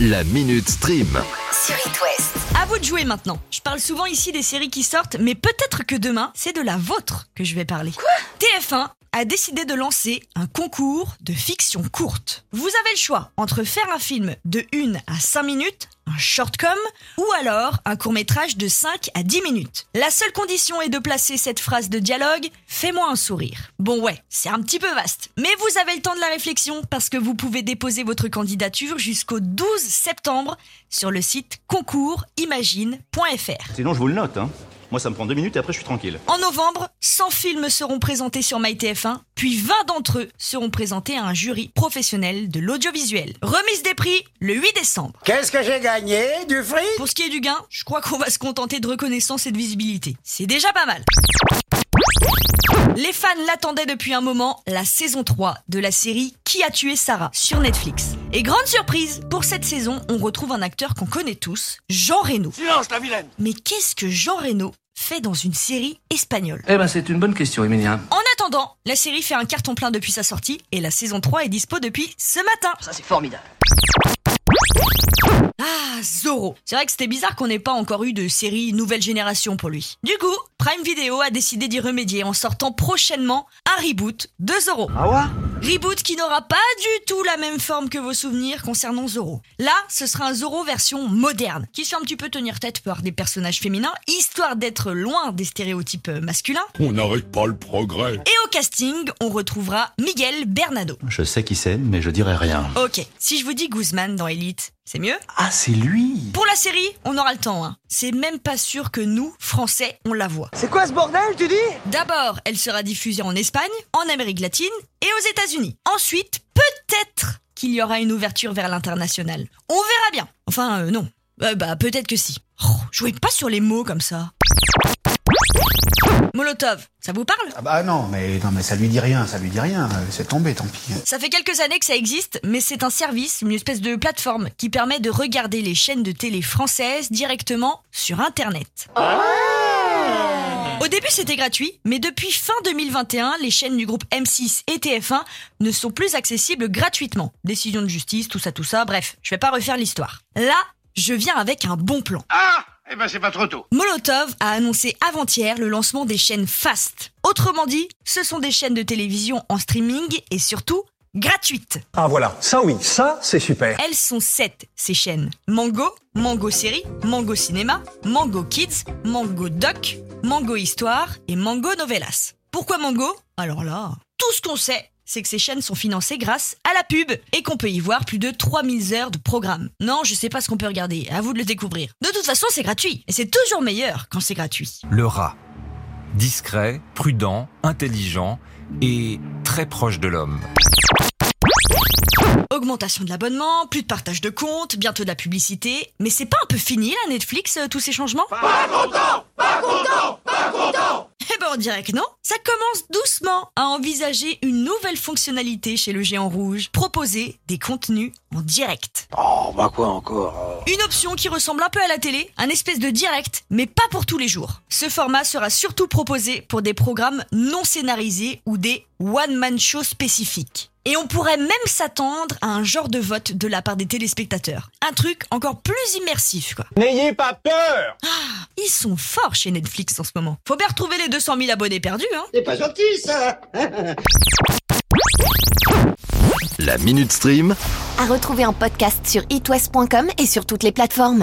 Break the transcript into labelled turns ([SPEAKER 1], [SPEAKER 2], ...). [SPEAKER 1] La Minute Stream.
[SPEAKER 2] sur It West.
[SPEAKER 3] À vous de jouer maintenant. Je parle souvent ici des séries qui sortent, mais peut-être que demain, c'est de la vôtre que je vais parler. Quoi TF1 a décidé de lancer un concours de fiction courte. Vous avez le choix entre faire un film de 1 à 5 minutes, un shortcom, ou alors un court-métrage de 5 à 10 minutes. La seule condition est de placer cette phrase de dialogue « Fais-moi un sourire ». Bon ouais, c'est un petit peu vaste. Mais vous avez le temps de la réflexion parce que vous pouvez déposer votre candidature jusqu'au 12 septembre sur le site concoursimagine.fr.
[SPEAKER 4] Sinon, je vous le note. Hein. Moi, ça me prend deux minutes et après, je suis tranquille.
[SPEAKER 3] En novembre, 100 films seront présentés sur MyTF1, puis 20 d'entre eux seront présentés à un jury professionnel de l'audiovisuel. Remise des prix le 8 décembre.
[SPEAKER 5] Qu'est-ce que j'ai gagné Du fric
[SPEAKER 3] Pour ce qui est du gain, je crois qu'on va se contenter de reconnaissance et de visibilité. C'est déjà pas mal. Les fans l'attendaient depuis un moment, la saison 3 de la série Qui a tué Sarah sur Netflix. Et grande surprise, pour cette saison, on retrouve un acteur qu'on connaît tous, Jean Reno.
[SPEAKER 6] Silence, la vilaine
[SPEAKER 3] Mais qu'est-ce que Jean Reno fait dans une série espagnole
[SPEAKER 7] Eh ben, c'est une bonne question, Emilien.
[SPEAKER 3] En attendant, la série fait un carton plein depuis sa sortie et la saison 3 est dispo depuis ce matin.
[SPEAKER 6] Ça, c'est formidable.
[SPEAKER 3] Ah, Zorro. C'est vrai que c'était bizarre qu'on n'ait pas encore eu de série nouvelle génération pour lui. Du coup, Prime Video a décidé d'y remédier en sortant prochainement un reboot de Zorro.
[SPEAKER 6] Ah ouais
[SPEAKER 3] Reboot qui n'aura pas du tout la même forme que vos souvenirs concernant Zorro. Là, ce sera un Zorro version moderne, qui se fait un petit peu tenir tête par des personnages féminins, histoire d'être loin des stéréotypes euh, masculins.
[SPEAKER 8] On n'arrête pas le progrès.
[SPEAKER 3] Et au casting, on retrouvera Miguel Bernardo.
[SPEAKER 4] Je sais qui c'est, mais je dirai rien.
[SPEAKER 3] Ok, si je vous dis Guzman dans Elite, c'est mieux
[SPEAKER 4] Ah, c'est lui
[SPEAKER 3] Pour la série, on aura le temps. Hein. C'est même pas sûr que nous, Français, on la voit.
[SPEAKER 6] C'est quoi ce bordel, tu dis
[SPEAKER 3] D'abord, elle sera diffusée en Espagne, en Amérique latine et aux États-Unis. Ensuite, peut-être qu'il y aura une ouverture vers l'international. On verra bien. Enfin, euh, non. Euh, bah, peut-être que si. Oh, jouez pas sur les mots comme ça. Molotov, ça vous parle
[SPEAKER 5] Ah bah non, mais non mais ça lui dit rien, ça lui dit rien, euh, c'est tombé, tant pis.
[SPEAKER 3] Ça fait quelques années que ça existe, mais c'est un service, une espèce de plateforme qui permet de regarder les chaînes de télé françaises directement sur Internet. Au début, c'était gratuit, mais depuis fin 2021, les chaînes du groupe M6 et TF1 ne sont plus accessibles gratuitement. Décision de justice, tout ça, tout ça, bref, je vais pas refaire l'histoire. Là, je viens avec un bon plan.
[SPEAKER 6] Ah Eh ben, c'est pas trop tôt.
[SPEAKER 3] Molotov a annoncé avant-hier le lancement des chaînes Fast. Autrement dit, ce sont des chaînes de télévision en streaming et surtout gratuites.
[SPEAKER 9] Ah voilà, ça oui, ça c'est super.
[SPEAKER 3] Elles sont sept, ces chaînes. Mango, Mango Série, Mango Cinéma, Mango Kids, Mango Doc, Mango Histoire et Mango Novelas. Pourquoi Mango Alors là, tout ce qu'on sait, c'est que ces chaînes sont financées grâce à la pub et qu'on peut y voir plus de 3000 heures de programme. Non, je sais pas ce qu'on peut regarder, à vous de le découvrir. De toute façon, c'est gratuit et c'est toujours meilleur quand c'est gratuit.
[SPEAKER 10] le rat. Discret, prudent, intelligent et très proche de l'homme.
[SPEAKER 3] Augmentation de l'abonnement, plus de partage de comptes, bientôt de la publicité. Mais c'est pas un peu fini là, Netflix, euh, tous ces changements Pas content Pas content Pas content Eh ben on dirait que non. Ça commence doucement à envisager une nouvelle fonctionnalité chez le géant rouge, proposer des contenus en direct.
[SPEAKER 6] Oh, bah quoi encore
[SPEAKER 3] Une option qui ressemble un peu à la télé, un espèce de direct, mais pas pour tous les jours. Ce format sera surtout proposé pour des programmes non scénarisés ou des one-man shows spécifiques. Et on pourrait même s'attendre à un genre de vote de la part des téléspectateurs. Un truc encore plus immersif, quoi.
[SPEAKER 9] N'ayez pas peur
[SPEAKER 3] Ils sont forts chez Netflix en ce moment. Faut bien retrouver les 200 000 abonnés perdus, hein.
[SPEAKER 6] C'est pas gentil, ça
[SPEAKER 1] La Minute Stream.
[SPEAKER 6] hein.
[SPEAKER 2] À retrouver en podcast sur itwest.com et sur toutes les plateformes.